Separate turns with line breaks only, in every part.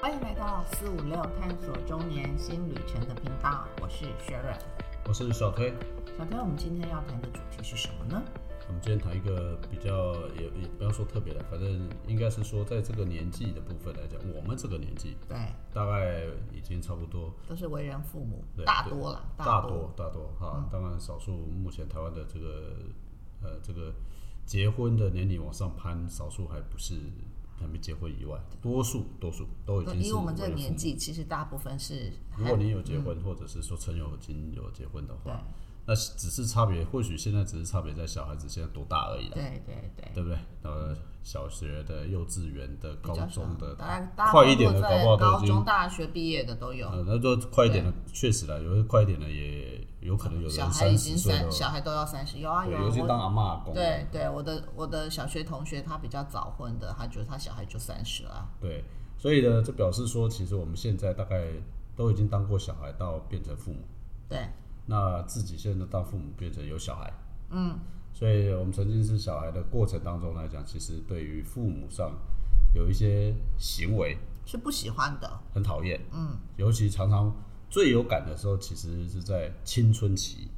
欢迎来到四五六探索中年新旅程的频道，我是 Sharon。
我是小推。
小天，我们今天要谈的主题是什么呢？
我们今天谈一个比较也也不要说特别的，反正应该是说在这个年纪的部分来讲，我们这个年纪
对，
大概已经差不多，
都是为人父母，
对
大多了，
大
多嗯
多大多哈、当然少数目前台湾的这个呃这个结婚的年龄往上攀，少数还不是还没结婚以外，多数多数都已
对
经
以
是
我们这
为
个
人父
年
母
纪，嗯其实大部分是
如果你有结婚，或者是说曾有已经有结婚的话，那只是差别，或许现在只是差别在小孩子现在多大而已啦，
对对对，
对不对？呃，小学的、幼稚园的、
比
高
较少
中的，
大概大
快一点的
部分
搞不好都已
高
经
中、大学毕业的都有。
呃，那就快一点的，确实啦，有的快一点的也有可能有
小
人
孩已
三
经
十岁
三，
了，
小孩都要三十，有啊
对
有
尤其
啊。
当阿妈
我
公，
对对，我的我的小学同学他比较早婚的，他觉得他小孩就三十了。啊
对，所以呢，这表示说，其实我们现在大概都已经当过小孩，到变成父母，
对，
那自己现在当父母变成有小孩，嗯，所以我们曾经是小孩的过程当中来讲，其实对于父母上有一些行为
是不喜欢的。
很讨厌，嗯，尤其常常最有感的时候，其实是在青春期，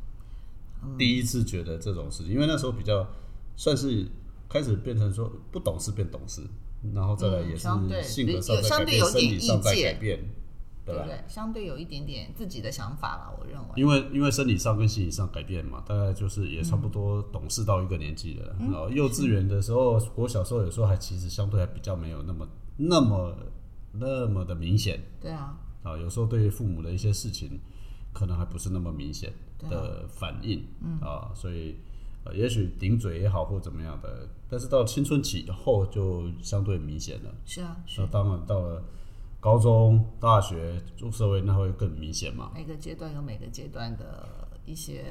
嗯
第一次觉得这种事情，因为那时候比较算是开始变成说不懂事变懂事，然后再来
嗯
也是
相对
性格
有
上在
相
改
对
变，
有
生
点
理
意
上在
见
改变，
对
吧
不？对？相对有一点点自己的想法吧，我认为。
因为因为生理上跟心理上改变嘛，大概就是也差不多懂事到一个年纪了。
嗯
然后幼稚园的时候，我小时候有时候还其实相对还比较没有那么那么那么的明显
对啊，
啊，有时候对于父母的一些事情，可能还不是那么明显的反应
嗯
啊，所以。呃也许顶嘴也好，或怎么样的，但是到青春期以后就相对明显了。
是啊，是
那当然到了高中、大学、出社会，那会更明显嘛。
每个阶段有每个阶段的一些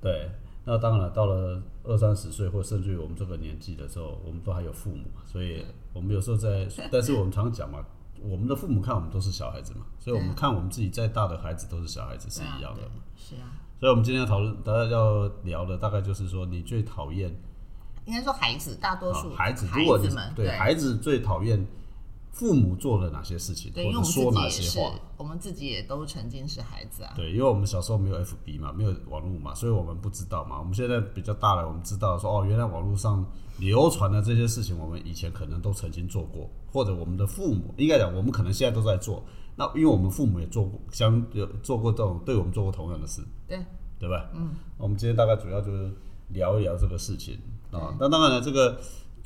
对，那当然了到了二三十岁，或甚至于我们这个年纪的时候，我们都还有父母嘛，所以我们有时候在，但是我们常讲嘛，我们的父母看我们都是小孩子嘛，所以我们看我们自己再大的孩子都是小孩子是
啊对啊
一样的。
对是啊，
所以，我们今天要讨论，大家要聊的大概就是说，你最讨厌
应该说孩子，大多数
啊孩子，
孩
如果你
子们
对孩子最讨厌父母做了哪些事情，
对，因为
或
我
者
们自
说
己
哪
也
些
是
话。，
我们自己也都曾经是孩子啊。
对，因为我们小时候没有 FB 嘛，没有网络嘛，所以我们不知道嘛。我们现在比较大了，我们知道说哦，原来网络上流传的这些事情，我们以前可能都曾经做过，或者我们的父母应该讲，我们可能现在都在做。那因为我们父母也做过相有做过这种对我们做过同样的事，
对，
对吧？嗯，我们今天大概主要就是聊一聊这个事情啊。那当然了，这个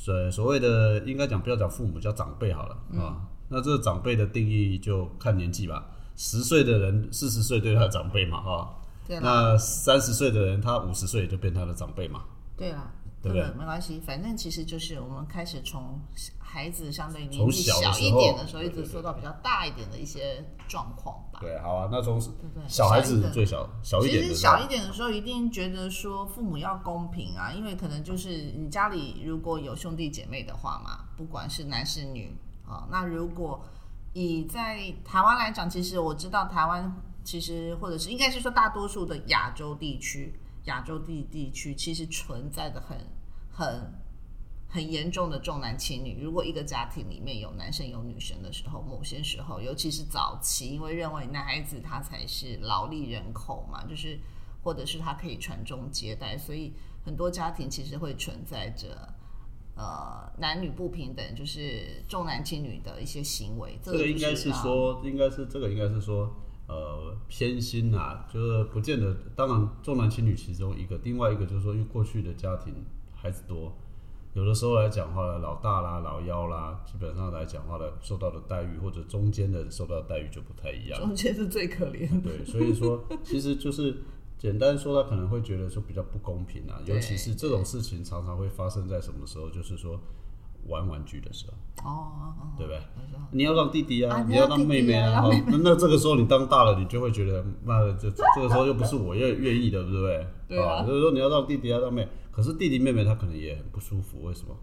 呃所谓的应该讲不要讲父母，叫长辈好了啊。那这个长辈的定义就看年纪吧。十岁的人，四十岁对他的长辈嘛，哈、
对啦，
那三十岁的人，他五十岁就变他的长辈嘛。
对啦，
对不
这个没关系，反正其实就是我们开始从孩子相对年
从
纪
小的
小
时
一
候
点的时候，一
对
直
对对
说到比较大一点的一些状况吧。
对，好啊。那从
对不对？
小孩
一
子
点
最小小一
其
点
实
的，
小一点的时候，一定觉得说父母要公平啊，因为可能就是你家里如果有兄弟姐妹的话嘛，不管是男是女啊、那如果以在台湾来讲，其实我知道台湾其实或者是应该是说大多数的亚洲地区，亚洲地地区其实存在的很很。很严重的重男轻女。如果一个家庭里面有男生有女生的时候，某些时候，尤其是早期，因为认为男孩子他才是劳力人口嘛，就是或者是他可以传宗接代，所以很多家庭其实会存在着。呃，男女不平等就是重男轻女的一些行为，
这
个
个
就
应该是
啊
说，应该是这个应该是说，呃，偏心啊，就是不见得。当然，重男轻女其中一个，另外一个就是说，因为过去的家庭孩子多，有的时候来讲话呢，老大啦、老幺啦，基本上来讲话呢，受到的待遇或者中间的受到的待遇就不太一样。
中间是最可怜的，
对，所以说其实就是简单说，他可能会觉得说比较不公平啊，
对
尤其是这种事情常常会发生在什么时候，就是说玩玩具的时候，
哦哦哦，
对不对？
我知道
你要让弟弟啊，
啊
你要当妹妹
你要
啊，
当
好，那那这个时候你当大了，你就会觉得，妈的，这这个时候又不是我愿愿意的，对不对？
对啊
所以说你要让弟弟啊，让妹，可是弟弟妹妹他可能也很不舒服，为什么？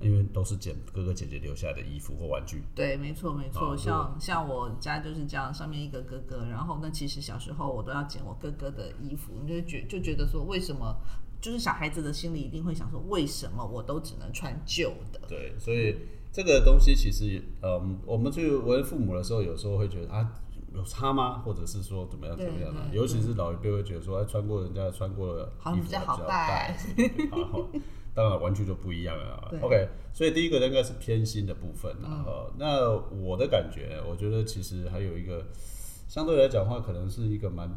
因为都是捡哥哥姐姐留下来的衣服或玩具，
对，没错没错，
啊
像像我家就是这样，上面一个哥哥，然后那其实小时候我都要捡我哥哥的衣服，你就觉就觉得说为什么，就是小孩子的心里一定会想说，为什么我都只能穿旧的？
对，所以这个东西其实，呃，我们去为父母的时候，有时候会觉得啊，有差吗？或者是说怎么样怎
对
么样的、啊
对
尤其是老一辈会觉得说，哎，穿过人家穿过的
好像
衣
比
服
较
还
好
比较
戴
戴，什么的 然后当然玩具就不一样了啊
对。嗯
OK，所以第一个应该是偏心的部分啊。呃那我的感觉，我觉得其实还有一个，相对来讲的话，可能是一个蛮。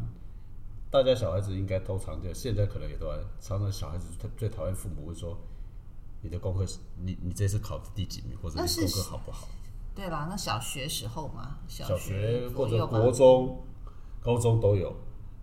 大家小孩子应该都常见，现在可能也都还常常小孩子特最讨厌父母会说，你的功课是你你这次考第几名，或者
那啊
你
是
功课好不好？
对啦，那小学时候嘛，学
小学
左
或者
右吧
国中、高中都有。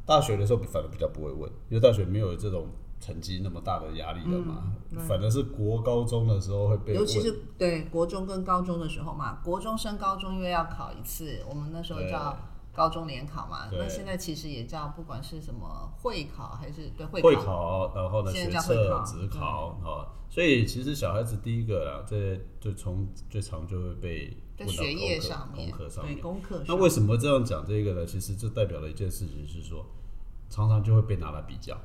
大学的时候反而比较不会问，因为大学没有这种成绩那么大的压力了嘛。反而是国高中的时候会被
嗯
问，
尤其是对国中跟高中的时候嘛，国中升高中又要考一次，我们那时候
对
叫高中联考嘛。
对
那现在其实也叫不管是什么会考还是对会
会
考，
考，然后呢
现
学
在叫会
测
考、嗯
职考哦，所以其实小孩子第一个啊，这就从最常就会被
在
问到
学业
功课
上面，
功课上面
对。功课
那
上，
为什么这样讲这个呢？其实这代表了一件事情，是说常常就会被拿来比较。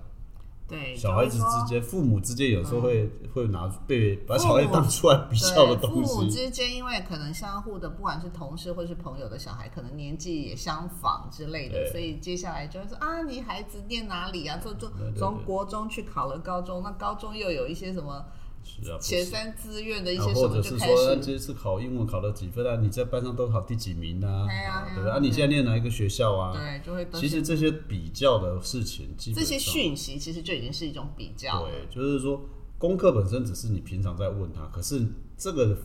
对
小孩子之。间、父母之间有时候会、会拿被把小孩
父母
当出来比
就会
较
说对
的
嗯父
东
母
西，
之间，因为可能相互的，不管是同事或是朋友的小孩，可能年纪也相仿之类的，
对
所以接下来就会说啊，你孩子念哪里啊？就就
对对对
从国中去考了高中，那高中又有一些什么
是啊，不
前
是。
三志愿的一
啊
些什
或者
么就是开
说，啊
始，
这次考英文考了几分啊？你在班上都考第几名啊？
哎呀
啊
哎呀
对不对？啊，你现在念哪一个学校啊？
对，就会都
其
是
实这些比较的事情，基
这
本
些
上
讯息其实就已经是一种比较了，
对，就是说功课本身只是你平常在问他，可是这个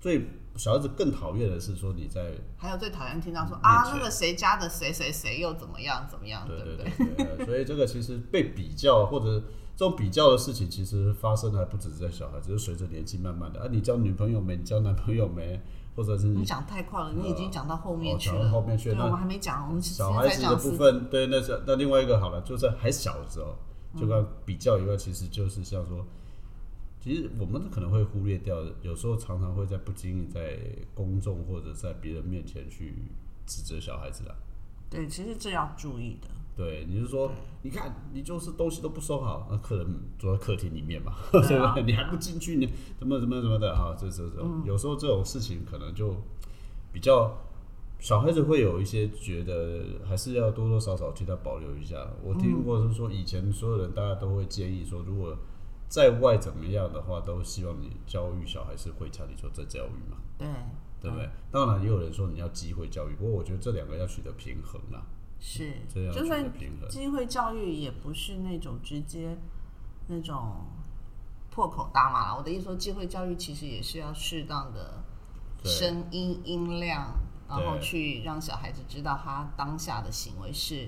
最小孩子更讨厌的是说你在
还有最讨厌听到说
嗯
啊
面，前
那个谁家的谁谁谁又怎么样怎么样，
对
不
对
对？
对对，所以这个其实被比较或者这种比较的事情，其实发生的还不只是在小孩，只是随着年纪慢慢的啊，你交女朋友没？你交男朋友没？或者是
你
你
讲太快了，你已经讲到后
嗯哦
面去
讲到
了，
后面去
对，
那
我们还没讲，我们只是
小孩
在
子的
讲
部
是
分，对，那是那另外一个好了，就是还小的时候，就跟比较以外，其实就是像说，其实我们可能会忽略掉的，有时候常常会在不经意在公众或者在别人面前去指责小孩子啦。
对，其实这要注意的，
对，你是说，你看，你就是东西都不收好，那客人坐在客厅里面嘛，
对
对
啊
吧？你还不进去，你怎么怎么怎么的啊？这这这，
嗯
有时候这种事情可能就比较小孩子会有一些觉得，还是要多多少少替他保留一下。我听过是说，以前所有人大家都会建议说，如果在外怎么样的话，都希望你教育小孩是会教你说再教育嘛，
对
对不对？当然也有人说你要机会教育，不过我觉得这两个要取得平衡啦，
是
这样取
就算
得平衡。
机会教育也不是那种直接那种破口大骂啦。我的意思说，机会教育其实也是要适当的
对
声音音量，然后
对
去让小孩子知道他当下的行为是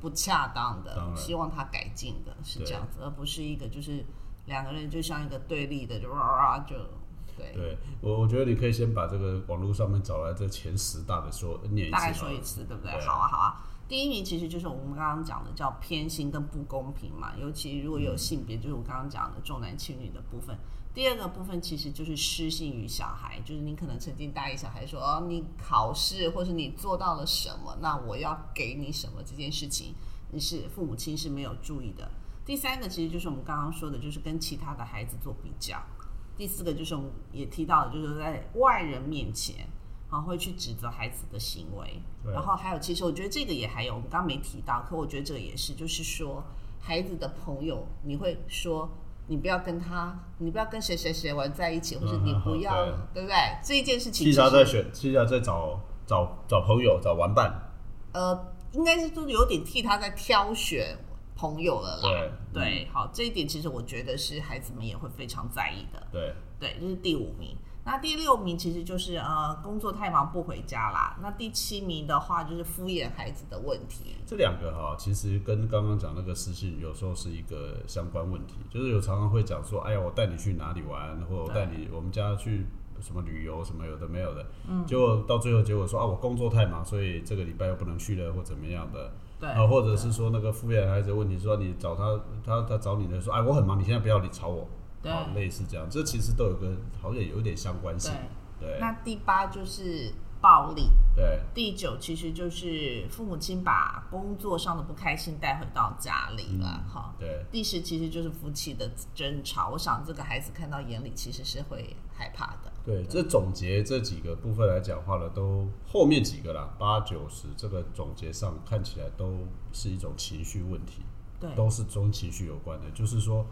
不恰当
当
的，
然
希望他改进的，是
对
这样子，而不是一个就是两个人就像一个对立的，就哇哇就对，
对我，我觉得你可以先把这个网络上面找来这前十大的说呃念一次
大
好
概
了，
说一次，对不对？
对啊
好啊，好啊。第一名其实就是我们刚刚讲的叫偏心跟不公平嘛，尤其如果有性别，就是我刚刚讲的重男轻女的部分。第二个部分其实就是失信于小孩，就是你可能曾经答应小孩说，哦，你考试或是你做到了什么，那我要给你什么这件事情，你是父母亲是没有注意的。第三个其实就是我们刚刚说的，就是跟其他的孩子做比较。第四个就是我们也提到的，就是在外人面前，啊，会去指责孩子的行为。
对
然后还有，其实我觉得这个也还有，我们刚刚没提到，可我觉得这个也是，就是说孩子的朋友，你会说你不要跟他，你不要跟谁谁谁玩在一起，或者
嗯
你
好
不要，
对
对不对？这一件事情、就
七杀
是，
在选，七杀在找找找朋友，找玩伴，
呃，应该是都有点替他在挑选朋友了啦。
对嗯
对，好，这一点其实我觉得是孩子们也会非常在意的。
对
对，这是第五名。那第六名其实就是呃，工作太忙不回家啦。那第七名的话就是敷衍孩子的问题。
这两个哈，其实跟刚刚讲那个私信有时候是一个相关问题，就是有常常会讲说，哎呀，我带你去哪里玩，或者我带你我们家去什么旅游，什么有的没有的，嗯，结果到最后结果说啊，我工作太忙，所以这个礼拜又不能去了，或怎么样的，
哎对，
啊，或者是说那个敷衍孩子的问题，说你找他，他他找你的说，哎，我很忙，你现在不要理吵我，
对
啊，类似这样，这其实都有个好像有一点相关性
对，。
对，
那第八就是暴力。
对，
第九其实就是父母亲把工作上的不开心带回到家里了，哈、
对，
第十其实就是夫妻的争吵，我想这个孩子看到眼里其实是会害怕的。
对，这总结这几个部分来讲话呢，都后面几个啦，八九十这个总结上看起来都是一种情绪问题，
对，
都是跟情绪有关的，就是说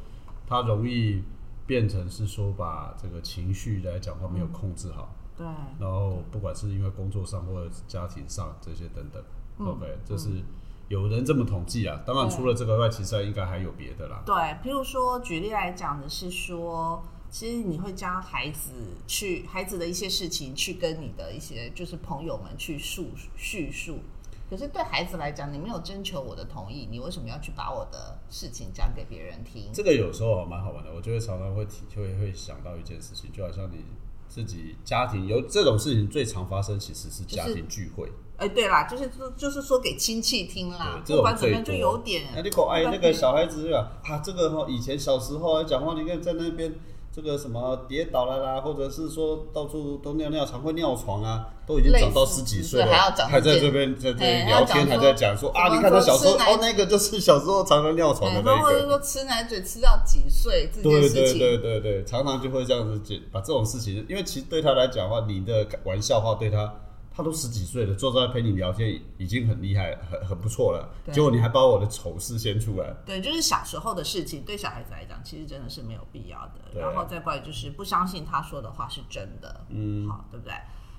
他容易变成是说把这个情绪来讲话没
嗯
有控制好，
对，
然后不管是因为工作上或者家庭上这些等等、
嗯
o k 这是有人这么统计啊，当然除了这个外，其实应该还有别的啦，
对，譬如说举例来讲的是说，其实你会将孩子去孩子的一些事情去跟你的一些就是朋友们去述叙述。可是对孩子来讲，你没有征求我的同意，你为什么要去把我的事情讲给别人听？
这个有时候啊蛮好玩的，我就会常常会体会会想到一件事情，就好像你自己家庭有这种事情最常发生，其实是家庭聚会。
哎、对啦，就是就就是说给亲戚听啦，
对这
不管
种
怎么
最
样就有
多
点
哎、你可哎那个小孩子啊，啊这个哈、以前小时候啊讲话，你看在那边这个什么跌倒了啦，或者是说到处都尿尿，常会尿床啊，都已经长到十几岁了，
类似还要长
还在
这
这边在这
哎
边聊
还要
天，还
讲
在讲说
说
啊，你看他小时候
什么时候
哦，那个就是小时候常常尿床的
哎
那
或者是
个。
说吃奶嘴吃到几岁这件
对
事
对
情，
对对对，常常就会这样子解，把这种事情，因为其实对他来讲的话，你的玩笑话对他，他都十几岁了，坐在那陪你聊天已经很厉害，很很不错了。
对
结果你还把我的丑事先出来，
对，就是小时候的事情，对小孩子来讲，其实真的是没有必要的。
对
然后再过来就是不相信他说的话是真的，
嗯，
好，对不对？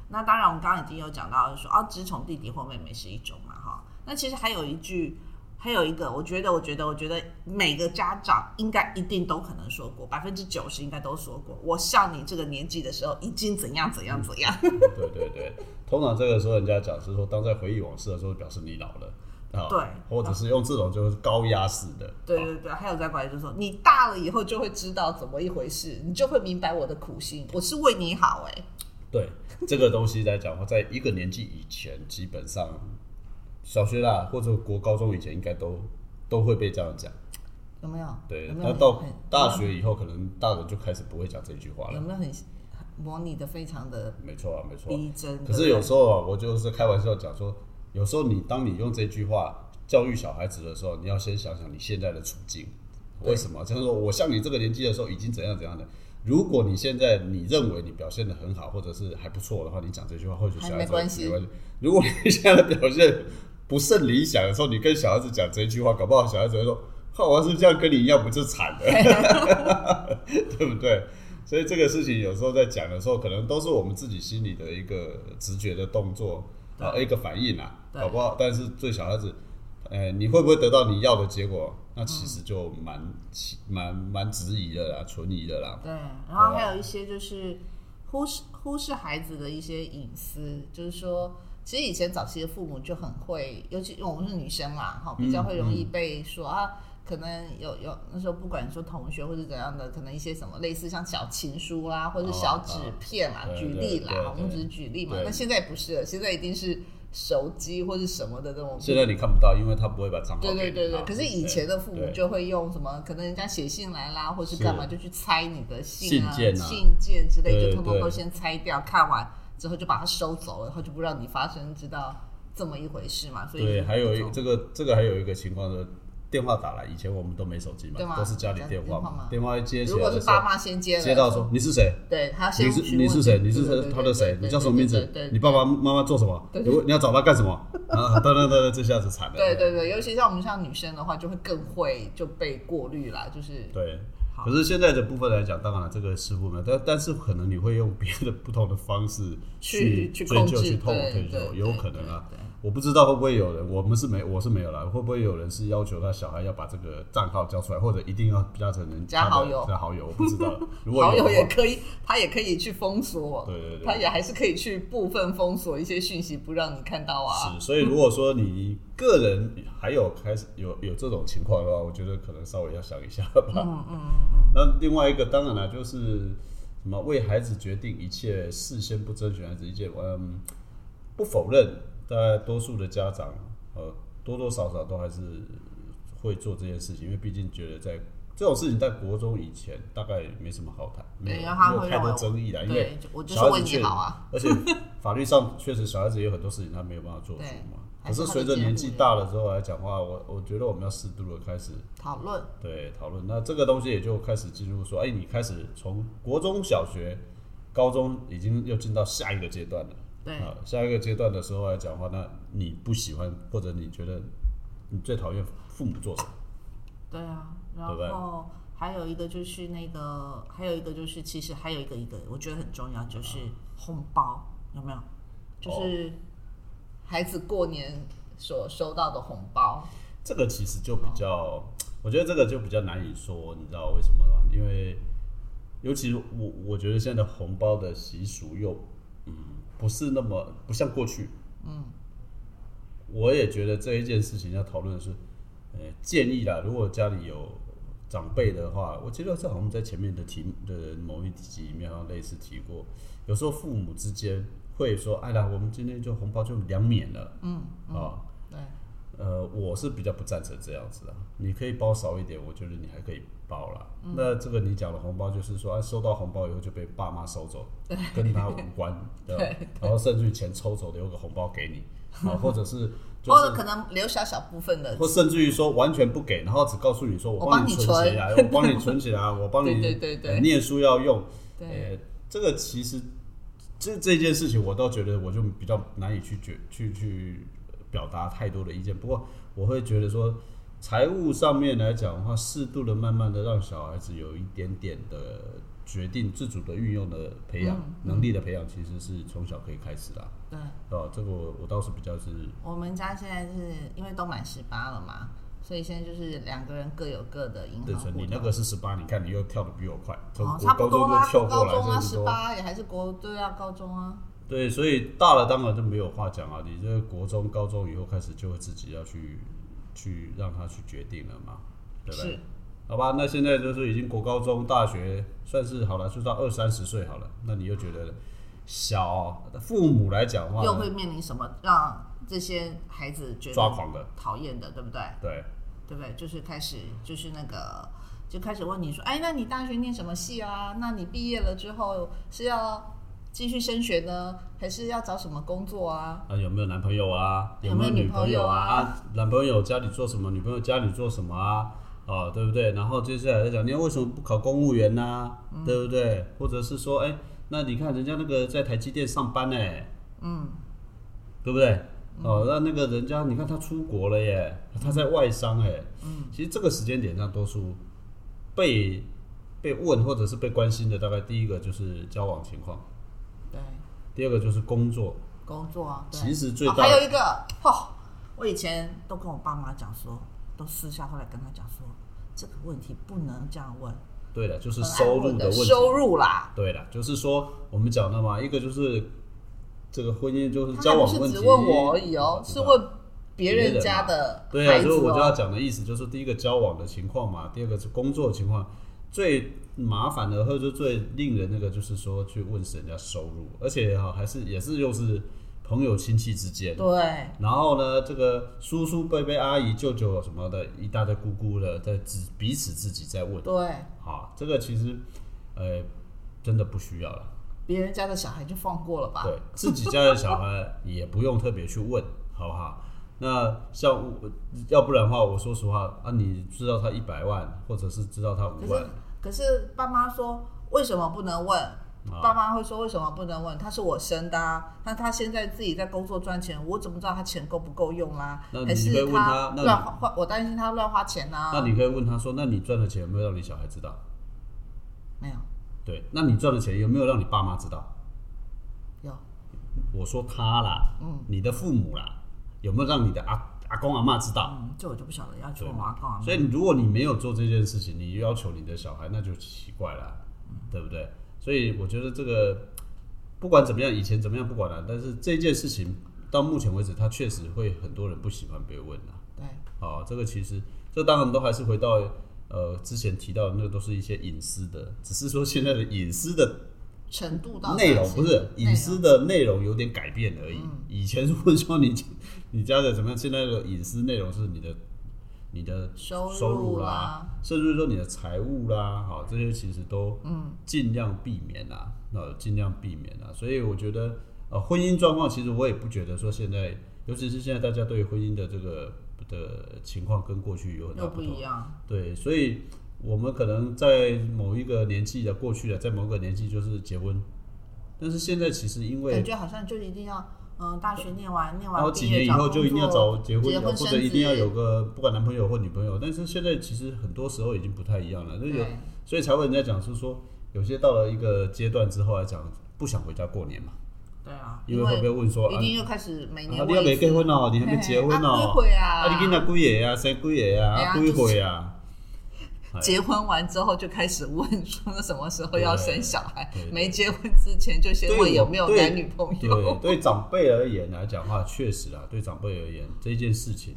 那当然，我们刚刚已经有讲到说，哦，只宠弟弟或妹妹是一种嘛，哈。那其实还有一句，还有一个，我觉得，我觉得，我觉得每个家长应该一定都可能说过，百分之九十应该都说过，我像你这个年纪的时候，已经怎样怎样怎样。
对对对，通常这个时候人家讲是说，当在回忆往事的时候，表示你老了啊，
对
或者是用这种就是高压式的，
对
啊
对对，还有再过来就是说，你大了以后就会知道怎么一回事，你就会明白我的苦心，我是为你好、哎。
对这个东西来讲的话，在一个年纪以前，基本上小学啦或者国高中以前，应该都都会被这样讲。
有没有？
对，
有没
那
有
到
很很
大学以后，可能大人就开始不会讲这句话
有
了。
没有很很模拟的非常的
没错啊，没错啊。
逼真？
可是有时候啊，我就是开玩笑讲说，有时候你当你用这句话教育小孩子的时候，你要先想想你现在的处境，
对
为什么？就是说我像你这个年纪的时候已经怎样怎样的。如果你现在你认为你表现的很好，或者是还不错的话，你讲这句话，或许
还
小孩
没
子
关系
没关系。如果你现在的表现不甚理想的时候，你跟小孩子讲这句话，搞不好小孩子会说：“哈，我要是这样跟你一样，不就惨了？” 对不对？所以这个事情有时候在讲的时候，可能都是我们自己心里的一个直觉的动作
对
啊，一个反应啊，
对
搞不好。但是对小孩子，呃，你会不会得到你要的结果？那其
嗯
实就蛮、奇蛮蛮质疑的啦，存疑的啦。
对，然
啊
后还有一些就是忽视忽视孩子的一些隐私，就是说，其实以前早期的父母就很会，尤其因为我们是女生嘛，哈，
嗯
比较会容易被说、啊。可能有有那时候不管说同学或者怎样的，可能一些什么类似像小情书啦，或者是小纸片啦，
哦哦
举例
对对对
啦，我们只是举例嘛。
对
那现在不是了，现在一定是手机或者什么的这种
现在你看不到，因为他不会把账号
对对
给
对
你啊
对，
嘛
可是以前的父母
对
就会用什么，可能人家写信来啦，或是
是
干嘛，就去猜你的啊、
信件啊
信件之类，
对
就通通
对
都先猜掉，看完之后就把它收走了，然后就不让你发生知道这么一回事嘛。所以
对，还有一
种
这个这个还有一个情况是，电话打来，以前我们都没手机
对
嘛，
嘛
都是家里
家里
电
电
话
话嘛
嘛，电话一接起
如
来
果
的
是
时
爸
候，
妈先接了，
接到说你是谁，
对，他先
你是
询问
你是谁？
对
你是
对
谁
对
他的谁？
对
你
对
叫什么名
对
字
对对？
你爸爸妈妈做什么？你你要找他干 什么？啊，对对对对，这下子惨了。
对对对，尤其像我们像女生的话，就会更会就被过滤啦，就是
对
好
可是现在的部分来讲，当然了，这个似乎没有，但但是可能你会用别的不同的方式
去去
追
控
究、
制，
去
对
透
对
追究，
对，
有可能啊。
对。对
我不知道会不会有人，我们是没，我是没有啦。会不会有人是要求他小孩要把这个账号交出来，或者一定要加成人
加
他的
好友
加好友，我不知 道。如果
好
有
友
的
也
话，
可以，他也可以去封锁，
对对对
他也还是可以去部分封锁一些讯息，不让你看到啊。
是，所以如果说你个人还有开始有有这种情况的话，我觉得可能稍微要想一下吧。嗯嗯嗯。那另外一个当然了，就是什么为孩子决定一切，事先不征询孩子意见，嗯，不否认，大概多数的家长呃多多少少都还是会做这件事情，因为毕竟觉得在。这种事情在国中以前大概没什么好谈，没有
对
没
然后他
有
会
太
认
多
为
争议啦，因为
对，我就
小
是
孩
为
子
你
确
好啊。
而且法律上确实小孩子也有很多事情他没有办法做主
对
嘛。
还
可
是
是
他
随
的
着
监
年
护
纪
人
大了之后来讲话，我我觉得我们要适度的开始
讨论，
对讨论。那这个东西也就开始进入说，哎，你开始从国中小学、高中已经又进到下一个阶段了。
对，
啊，下一个阶段的时候来讲话，那你不喜欢或者你觉得你最讨厌父母做什么？
对啊，然
对不对
后还有一个就是那个，还有一个就是，其实还有一个一个，我觉得很重要，就是红包有没有？就是
哦
孩子过年所收到的红包，
这个其实就比较，我觉得这个就比较难以说，你知道为什么吗？因为尤其我我觉得现在的红包的习俗又嗯不是那么不像过去，嗯，我也觉得这一件事情要讨论的是，呃，建议啦，如果家里有长辈的话，我记得这好像在前面的题目的某一集里面好像类似提过，有时候父母之间会说，哎呀，我们今天就红包就两免了，
嗯，
啊、
对，
呃，我是比较不赞成这样子啊。你可以包少一点，我觉得你还可以包啦。
嗯
那这个你讲的红包，就是说，啊，收到红包以后就被爸妈收走，跟他无 关，对吧？然后甚至于钱抽走，留个红包给你，啊，或者是就
或者
是，
哦可能留小小部分的，
或甚至于说完全不给，然后只告诉你说，
我
帮
帮你
存
存
起来，我帮你存起来，我帮你
对对对对
呃念书要用，
对，
呃，这个其实这这件事情，我倒觉得我就比较难以去决去去表达太多的意见。不过我会觉得说，财务上面来讲的话，适度的、慢慢的让小孩子有一点点的决定自主的运用的培养、
嗯
能力的培养，其实是从小可以开始啦。
对。
哦，这个我我倒是比较是
我们家现在是因为都满十八了嘛，所以现在就是两个人各有各的银
对
行户
成你
头
那个是十八，你看你又跳的比我快，从
嗯哦，
我
差
高
不
中
多
就
啦，
跳过
高
来，
中啊，
这是
十
多
八也还是国对啊，高中啊，
对，所以大了当然就没有话讲啊。你这个国中、高中以后开始就会自己要去去让他去决定了嘛，对不对？
是，
好吧，那现在就是已经国高中、大学，算是好了，就到二三十岁好了。那你又觉得小父母来讲的
又
话
会面临什么让这些孩子觉
抓
得
狂的，
讨厌的，对不对？
对，
对不对？就是开始就是那个。就开始问你说，哎，那你大学念什么系啊？那你毕业了之后是要继续升学呢，还是要找什么工作啊？
啊有没有男朋友啊？
有
没
没有
有
女
朋
朋友
啊？
啊
啊，男朋友家里做什么？女朋友家里做什么啊？啊，对不对？然后接下来再讲，你为什么不考公务员呢、
嗯
对不对？或者是说，哎，那你看人家那个在台积电上班呢、
嗯
对不对？哦，那那个人家，你看他出国了耶，他在外商哎，嗯，其实这个时间点上，多数被被问或者是被关心的，大概第一个就是交往情况，
对，
第二个就是工作，
工作啊，对
其实最
哦
大
还
的
有一个哦，我以前都跟我爸妈讲说，都私下后来跟他讲说，这个问题不能这样问，
对了，就是
很爱
收入
问
的
的
问题，
收入啦，
对了，就是说我们讲的嘛，一个就是这个婚姻就是
他
交
还不
往
是
问题，
只问我而已哦，
知
是
道
问别
别人
人
啊
家的
对啊，
孩子
所以我就要
哦，
讲的意思就是，第一个交往的情况嘛，第二个是工作的情况，最麻烦的或者最令人那个就是说去问人家收入，而且哈、还是也是又是朋友亲戚之间，
对
然后呢，这个叔叔伯伯阿姨舅舅什么的，一大堆姑姑的在自彼此自己在问，
对，
啊，这个其实呃真的不需要了。
别人家的小孩就放过了吧，
对自己家的小孩也不用特别去问，好不好？那像我，要不然的话，我说实话啊，你知道他一百万，或者是知道他
可
五万
是，可是爸妈说为什么不能问？
啊
爸妈会说为什么不能问？他是我生的啊，那他现在自己在工作赚钱，我怎么知道他钱够不够用啊？
那你
还是
会问他那你
乱花？我担心他乱花钱啊。
那你可以问他说，那你赚的钱有没有让你小孩知道？
没有
对，那你赚的钱有没有让你爸妈知道？
有
啊我说他啦，
嗯
你的父母啦，有没有让你的阿阿公阿妈知道？
嗯，这我就不晓得要去
对
问我阿公阿啊嬷
所以，如果你没有做这件事情，你要求你的小孩，那就奇怪了，对不对？所以我觉得这个不管怎么样，以前怎么样不管了、但是这件事情到目前为止，它确实会很多人不喜欢被问啊。
对
啊，这个其实这当然都还是回到呃之前提到的，那都是一些隐私的，只是说现在的隐私的
程度到
内
哪
容
些
不是
内
隐
容嗯
私的内容有点改变而已。以前是问说你你家的怎么样，现在的隐私内容是你的你的
收
收入啦
啦，
甚至说你的财务啦，好，这些其实都
嗯
尽量避免啦，那尽量避免啦。所以我觉得呃婚姻状况，其实我也不觉得说现在，尤其是现在大家对婚姻的这个的情况跟过去有很大
又不
不同。
一样，
对，所以我们可能在某一个年纪的过去了，啊在某个年纪就是结婚，但是现在其实因为
感觉好像就一定要，嗯，大学念完，念
然后
完
几
毕业
年以
找
后
工
就一定要
作
找结婚
结
的，
婚
或
生
者一定要
子
有个不管男朋友或女朋友。但是现在其实很多时候已经不太一样了，那有
对
所以才会人家讲是说，有些到了一个阶段之后来讲不想回家过年嘛，
对啊，
因
因
为会被问说
一
啊，
定又开始每年
啊
问
你还没
一次
结婚哦，你还没结婚
啊
哦，
归回啊，
啊你跟他几个啊，生几个
哎
啊，
呀
几岁啊？哎
结婚完之后就开始问说什么时候要生小孩
对对，
没结婚之前就先问有没有男女朋
对，
友。
哎对长辈而言来讲的话，确实啊，对长辈而言这件事情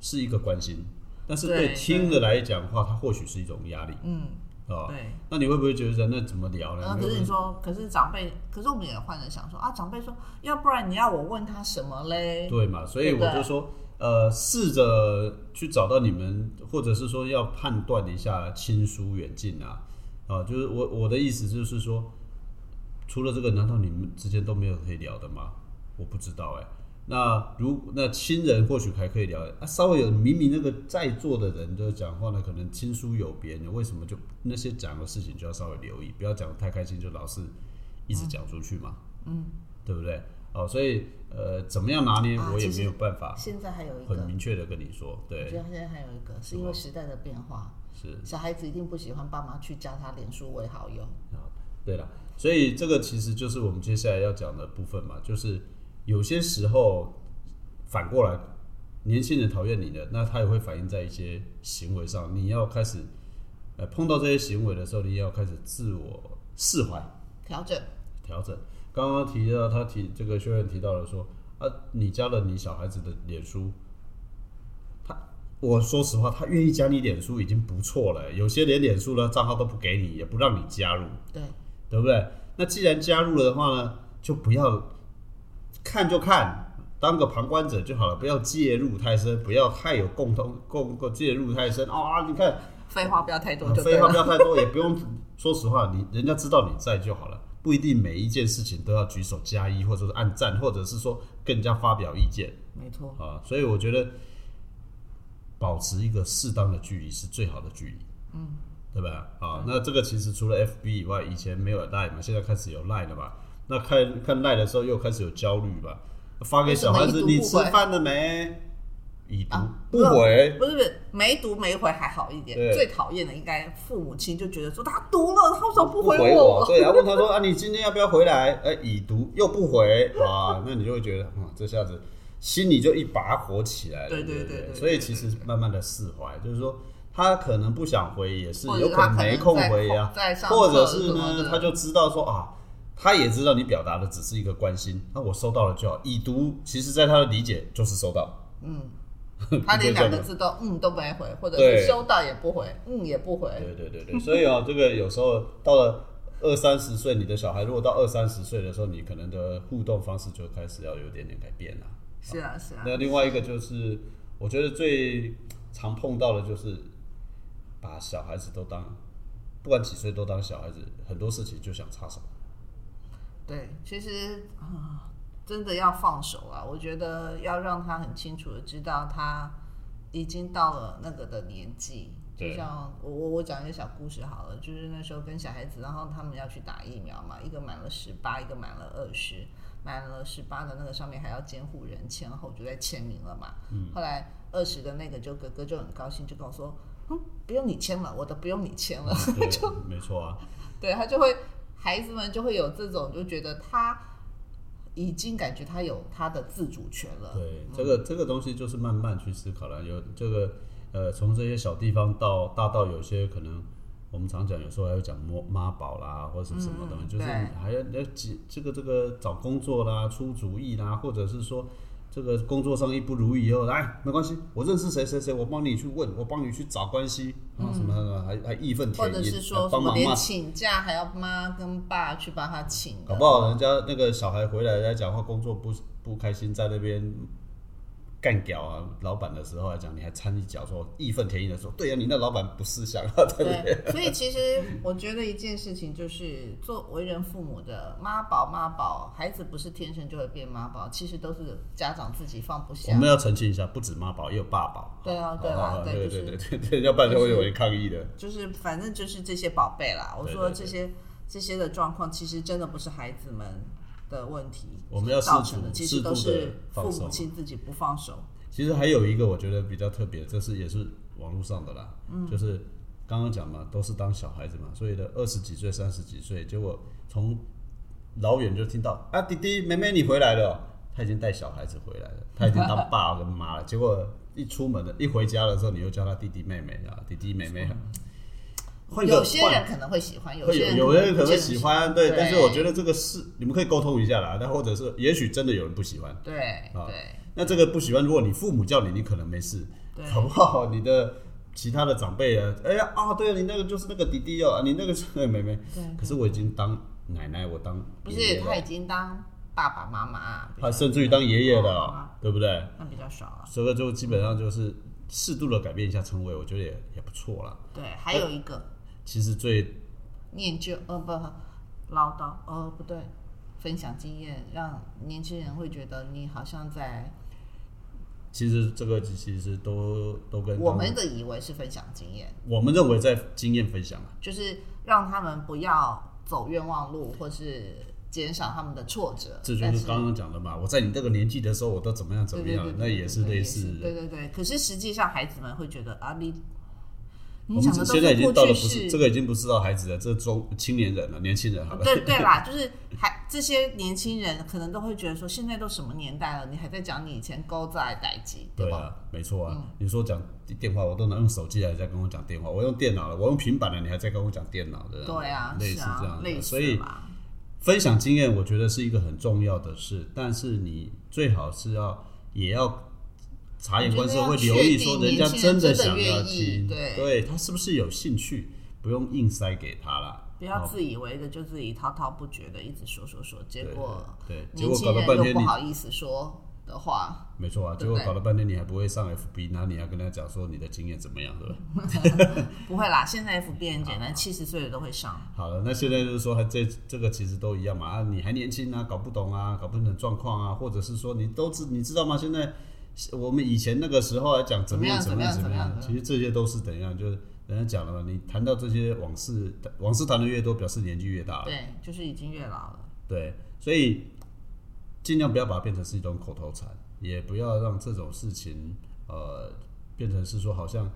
是一个关心，但是对
对
亲的来讲的话，它或许是一种压力
嗯，
啊。
对。
那你会不会觉得那怎么聊
然后
呢？
可是你说，可是长辈，可是我们也换着想说啊，长辈说，要不然你要我问他什么嘞？
对嘛？所以我就说，呃，试着去找到你们，或者是说要判断一下亲疏远近啊，啊，就是我我的意思就是说，除了这个，难道你们之间都没有可以聊的吗？我不知道哎、那如那亲人或许还可以聊，啊，稍微有明明那个在座的人的讲话呢，可能亲疏有别，你为什么就那些讲的事情就要稍微留意，不要讲得太开心，就老是一直讲出去嘛，嗯，对不对？哦，所以呃，怎么样拿捏
啊
我也
其实
没有办法
现在还有一个，
很明确的跟你说，
我觉
对，
得现在还有一个，是因为时代的变化，
是
小孩子一定不喜欢爸妈去加他脸书为好友。
啊，对了，所以这个其实就是我们接下来要讲的部分嘛，就是有些时候反过来，年轻人讨厌你的，那他也会反映在一些行为上，你要开始，呃，碰到这些行为的时候，你也要开始自我释怀。
调整，
调整。刚刚提到他提这个学员提到了说啊，你加了你小孩子的脸书，他我说实话，他愿意加你脸书已经不错了。有些连脸书呢账号都不给你，也不让你加入，
对，
对不对？那既然加入了的话呢，就不要看就看，当个旁观者就好了，不要介入太深，不要太有共同共共介入太深、啊！你看
废话不要太多就对
嗯废话
了。
不要太多，也不用 说实话，你人家知道你在就好了，不一定每一件事情都要举手加一，或者是按赞，或者是说更加发表意见
没错，
啊。所以我觉得保持一个适当的距离是最好的距离，嗯，对吧？啊，那这个其实除了 FB 以外，以前没有 Line 嘛，现在开始有 Line 了嘛。那看看 Line 的时候又开始有焦虑吧，发给小孩
为什
子
么已
你
读
吃
不回
饭了没？已读
啊
不回，
不是不是，没读没回还好一点
对，
最讨厌的应该父母亲就觉得说他读了，他为什么不回
我？对啊，问他说啊，你今天要不要回来？哎、已读又不回，哇，那你就会觉得，嗯，这下子心里就一把火起来了。
对对
对不
对对
所以其实慢慢的释怀，就是说他可能不想回，也是
或者
有能没空回呀、
他可能在上课
或者是
什么
呢，
的
他就知道说啊。他也知道你表达的只是一个关心，那我收到了就好。已读，其实在他的理解就是收到，
他连
就这
两
样
个字都嗯都没回，或者
对
是收到也不回，嗯也不回。
对对对对，所以哦，这个有时候到了二三十岁，你的小孩如果到二三十岁的时候，你可能的互动方式就开始要有点点改变了。
是啊是啊，
那另外一个就是，我觉得最常碰到的就是把小孩子都当，不管几岁都当小孩子，很多事情就想插手。
对，其实啊、真的要放手啊，我觉得要让他很清楚的知道他已经到了那个的年纪。就
对
像我我我讲一个小故事好了，就是那时候跟小孩子，然后他们要去打疫苗嘛，一个满了十八，一个满了二十，满了十八的那个上面还要监护人签后就在签名了嘛。嗯、后来二十的那个就哥哥就很高兴，就跟我说，嗯，不用你签了，我的不用你签了。
对，没错啊，
对他就会，孩子们就会有这种，就觉得他已经感觉他有他的自主权了。嗯
对，这个这个东西就是慢慢去思考了。有这个呃，从这些小地方到大到有些可能，我们常讲有时候还会讲妈妈宝啦，或者是什么东西，
嗯
就是
对
还要要几这个这个找工作啦、出主意啦，或者是说。这个工作上一不如意以后，来没关系，我认识谁谁谁，我帮你去问，我帮你去找关系，然后什么什么，还还义愤
或
填膺，
者是
还
说什
帮
么
忙骂
连请假还要妈跟爸去帮他请的，
搞不好人家那个小孩回来在讲话，工作不不开心，在那边干掉啊老板的时候来讲，你还掺一脚说义愤填膺的说，对呀、你那老板不识 相啊，对不对？
对，所以其实我觉得一件事情就是，做为人父母的妈宝妈宝，孩子不是天生就会变妈宝，其实都是家长自己放不
我
下。
们要澄清一下，不止妈宝，也有爸宝。
对啊，对
好
啊
好，好
对，
对
就
对
是
对对，要不然就会有人抗议的。
就是，反正就是这些宝贝啦。我
对
说
对
这
对
些这些的状况，其实真的不是孩子们的问题，
我们要
造
适
成的，
度
其
适
实都
度地
是
放
父母
手
亲自己不放手。
其实还有一个我觉得比较特别，这是也是网络上的啦，
嗯
就是刚刚讲嘛，都是当小孩子嘛，所以的二十几岁、三十几岁，结果从老远就听到啊，弟弟、妹妹你回来了哦，他已经带小孩子回 来了，他已经当爸跟妈了，结果一出门的一回家的时候，你又叫他弟弟妹妹啊，弟弟妹妹。换个
嗯有些
换
人可能会喜欢，有
会
些人
有有人可
不
能
见
喜
得
欢，对，但是我觉
得
得这个是你们可以沟通一下啦。那或者是，也许真的有人不喜欢，
对
啊
对
那这个不喜欢，如果你父母叫你，你可能没事，
对
好不好？你的其他的长辈啊，哎呀啊，对了，你那个就是那个弟弟哦，啊你那个是那个妹妹。
对，
可是我已经当奶奶，我当
不
爷
是
爷了
他已经当爸爸妈妈，
啊，甚至于当爷爷了
妈
哦
妈，
对不对？
那比较少了。
所以就基本上就是适度的改变一下称谓，我觉得也也不错啦。
对，还有一个
其实最
念旧，呃，不，唠叨，呃，不对，分享经验，让年轻人会觉得你好像在
其实这个其实都都跟
我们的以为是分享经验，
我们认为在经验分享啊，
就是让他们不要走冤枉路，或是减少他们的挫折。
这就
但
是刚刚讲的嘛。我在你这个年纪的时候，我都怎么样怎
对对
么样
对，，
那
对
也是
对
类
是
似
对对对，可是实际上孩子们会觉得啊，你你
我们
讲的
只
都
现在已经到
过
了
去
不是
式，
这个已经不是到孩子了，这中青年人了，年轻人好了。
对对啦，就是还这些年轻人可能都会觉得说，现在都什么年代了，你还在讲你以前勾在代际，
对
吧？嗯
啊，没错啊。你说讲电话，我都能用手机还在跟我讲电话，我用电脑了，我用平板了，你还在跟我讲电脑的。
对啊，
类
是
似这样
啊，
的。
类
所
似
以
嘛，
分享经验，我觉得是一个很重要的事，但是你最好是要也要察言观色，
我
会
觉得要
留意说人家
确定年轻人真
的
的
想要
愿意
听，
对
他是不是有兴趣，不用硬塞给他啦。
不要
哦
自以为的就自己滔滔不绝的一直说说说，结果
对，对结
年
果搞
轻
了
人
半
又
天
不
你
好意思说的话，
没错啊，结
对不
果
对
搞了半天你还不会上 FB，然后你还跟他讲说你的经验怎么样，对吧？
嗯不会啦，现在 FB 很
啊
简单，七十岁的都会上。
好了，那现在就是说，还这这个其实都一样嘛啊，你还年轻啊，搞不懂啊，搞不懂状况啊，或者是说你都知你知道吗？现在我们以前那个时候来讲怎么样
怎
么
么
样
样
怎
怎么样
其实这些都是怎样，就是人家讲了嘛，你谈到这些往事，往事谈的越多，表示年纪越大了，
对，就是已经越老了。
对，所以尽量不要把它变成是一种口头禅，也不要让这种事情呃变成是说好像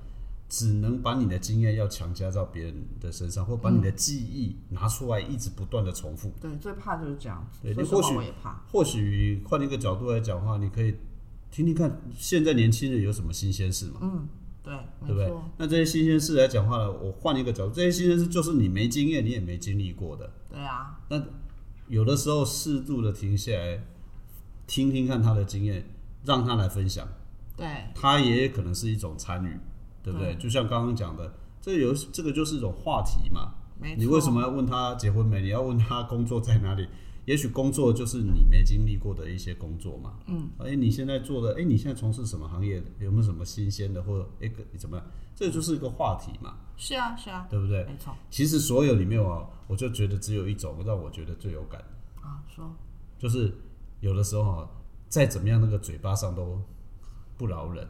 只能把你的经验要强加到别人的身上，或把你的记忆拿出来一直不断的重复。
对，最怕就是这样子。
对
说
你
实话
或许
我也怕。
或许换一个角度来讲的话，你可以听听看现在年轻人有什么新鲜事嘛，
嗯，对，
对
没
不对
错，？
那这些新鲜事来讲话呢，我换一个角度，这些新鲜事就是你没经验，你也没经历过的。
对啊，
那有的时候适度的停下来，听听看他的经验，让他来分享，
对，
他也可能是一种参与，对不对？就像刚刚讲的，这有这个就是一种话题嘛。
没错。
你为什么要问他结婚没？你要问他工作在哪里？也许工作就是你没经历过的一些工作嘛。嗯，哎、你现在做的，哎、你现在从事什么行业？有没有什么新鲜的，或者哎、个怎么样？这就是一个话题嘛，
是啊，是啊，
对不对？
没错
其实所有里面啊，我就觉得只有一种让我觉得最有感。
啊，说
就是有的时候啊，再怎么样，那个嘴巴上都不饶人。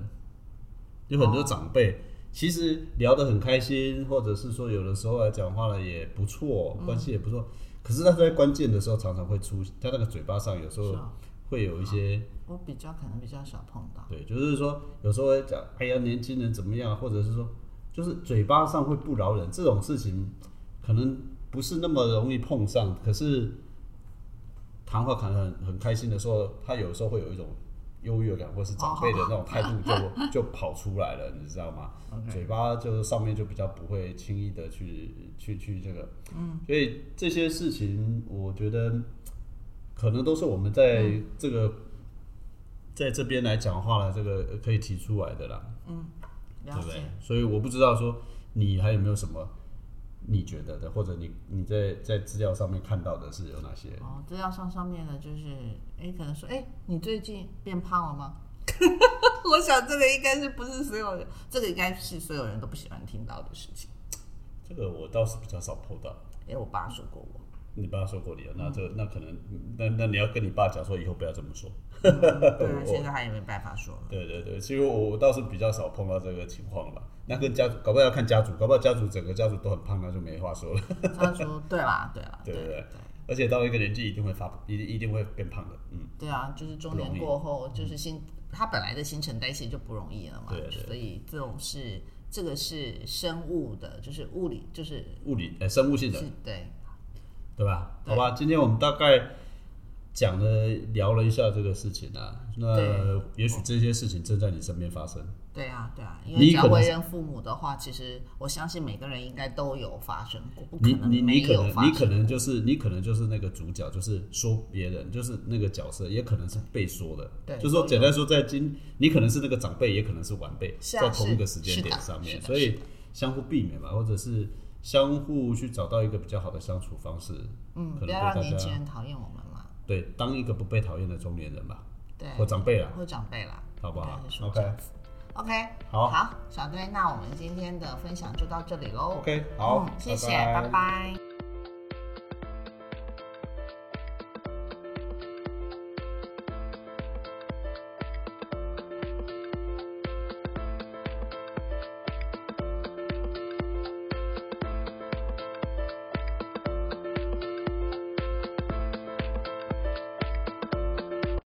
有很多长辈、其实聊得很开心，或者是说有的时候来讲话了也不错，关系也不错。可是他在关键的时候常常会出，他那个嘴巴上有时
是
候
啊，
会有一些，
我比较可能比较少碰到。
对，就是说有时候会讲，哎呀，年轻人怎么样，或者是说，就是嘴巴上会不饶人这种事情，可能不是那么容易碰上，可是谈话谈得很很开心的时候，他有时候会有一种优越感，或是长辈的那种态度就、 就跑出来了，你知道吗
哦 OK
嘴巴就是上面就比较不会轻易的去去去这个，嗯，所以这些事情我觉得可能都是我们在这个、
嗯
在这边来讲话了，这个呃可以提出来的啦，对
了
不对
解，？
所以我不知道说你还有没有什么。你觉得的，或者你你在在资料上面看到的是有哪些？
哦，资料上上面的就是，哎，可能说，哎，你最近变胖了吗？ 我想这个应该是不是所有人，这个应该是所有人都不喜欢听到的事情。
这个我倒是比较少碰到。
哎，我爸说过 我，
你爸说过你
嗯
啊，那这那可能，那那你要跟你爸讲说以后不要这么说。
对啊，现在他也没办法说了。
对对对，其实我倒是比较少碰到这个情况了。那跟家搞不好要看家族，搞不好家族整个家族都很胖，那就没话说了，
他说对啦，对啦，
对
对
对对。而且到一个年纪一定会发，一定一定会变胖的，嗯。
对啊，就是中
不容
年
易嗯
过后，就是新它本来的新陈代谢就不容易了嘛，
对对
所以这种是这个是生物的，就是物理，就是
物理呃生物性的，
是对
对吧？
对
好吧，今天我们大概讲了聊了一下这个事情啊，那
对
也许这些事情正在你身边发生，
对啊对啊，因
你
为只要
可能
为
是
人父母的话，其实我相信每个人应该都有发生过，不
你
能
你
没
你可
有发生
能你可能就是你可能就是那个主角，就是说别人就是那个角色，也可能是被说的，
对
就是说
都有
简单说，在今你可能是那个长辈，也可能是晚辈，
是啊
在同一个时
是
间
是
点
的
上
是
面，
的
所以相互避免嘛，或者是相互去找到一个比较好的相处方式，
嗯，
可能
不
对
要让
大
年
家
轻人讨厌我们嘛，
对，当一个不被讨厌的中年人吧，
对，
或长辈啊，
或长辈啦，
好不好
应该是说这
？OK
样子 OK，
好
好，小队，那我们今天的分享就到这里喽
OK，好
嗯，谢谢，
拜
拜拜